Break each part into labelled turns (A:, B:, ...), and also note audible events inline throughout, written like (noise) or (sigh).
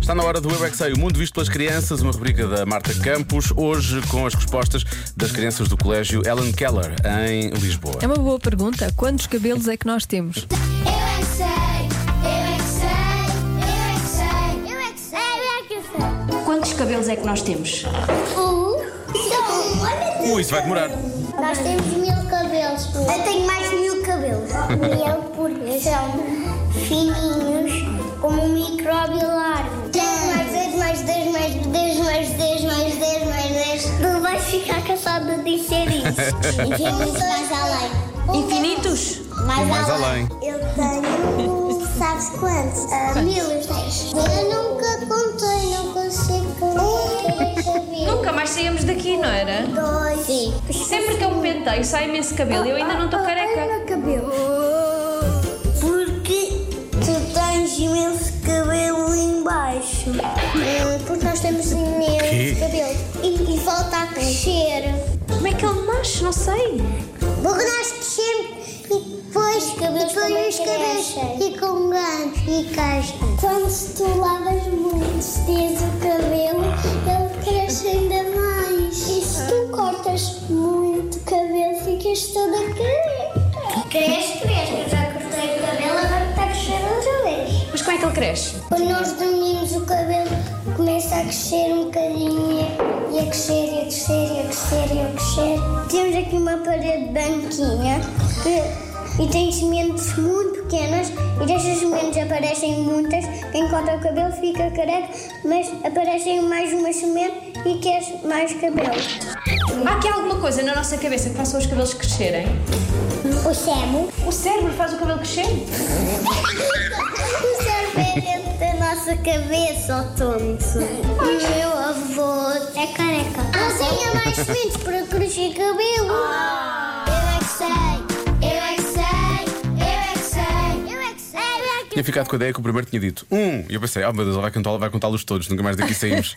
A: Está na hora do Eu é Que Sei, o mundo visto pelas crianças, uma rubrica da Marta Campos, hoje com as respostas das crianças do colégio Ellen Keller, em Lisboa.
B: É uma boa pergunta. Quantos cabelos é que nós temos?
C: Eu é que sei, eu é que sei, eu é que sei, eu é que sei, eu é que sei.
D: Quantos cabelos é que nós temos?
C: Um, dois,
A: Ui, isso vai demorar.
C: Nós temos mil cabelos. Eu tenho mais mil (laughs) cabelos. Mil porque são fininhos, como um micróbio largo. 10 mais 10 mais 10 mais 10 mais 10 mais 10 mais 10. Não vais ficar cansado de dizer isso. Infinitos mais além.
D: Infinitos?
C: Mais,
A: Mais além.
C: Eu tenho. Sabes quantos? Ah, mil e dez. Eu nunca contei, não consigo contar.
D: Nunca mais saímos daqui, não era?
C: Dois.
D: Sempre que eu me penteio, sai imenso cabelo e eu ainda não
C: Ah,
D: estou careca.
C: cabelo. Porque tu tens imenso cabelo embaixo. Ah, Porque nós temos
A: Quê?
C: imenso cabelo. E, e volta a crescer.
D: Como é que ele nasce? Não sei.
C: Porque nós crescemos e depois, cabelos depois os cabelos ficam grandes e cascam. Quando tu lavas muito tens o cabelo, ele cresce ainda mais. E se tu cortas muito cabelo, ficas toda careca. Cresce, cresce. Eu já cortei o cabelo, agora está a crescer outra vez.
D: Mas como é que ele cresce?
C: Quando nós dormimos, o cabelo começa a crescer um bocadinho e a crescer, e a crescer, e a crescer, e a crescer. Temos aqui uma parede branquinha que- e tem sementes muito pequenas e dessas sementes aparecem muitas. Quem corta o cabelo fica careca, mas aparecem mais uma semente e queres mais cabelo.
D: Há aqui alguma coisa na nossa cabeça que faça os cabelos crescerem?
C: O semo.
D: O cérebro faz o cabelo crescer?
C: O cérebro é dentro da nossa cabeça, ó tonto. O meu avô é careca. Mas ainda é mais sementes para crescer cabelo. Eu é que sei, eu é que sei, eu é que sei, eu é que sei, eu é que
A: Tinha ficado com a ideia que o primeiro tinha dito um, e eu (laughs) pensei, ah, meu Deus, ela vai contá-lo- vai contá-los todos, nunca mais daqui saímos.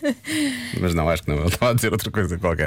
A: Mas não, acho que não, ele estava a dizer outra coisa qualquer.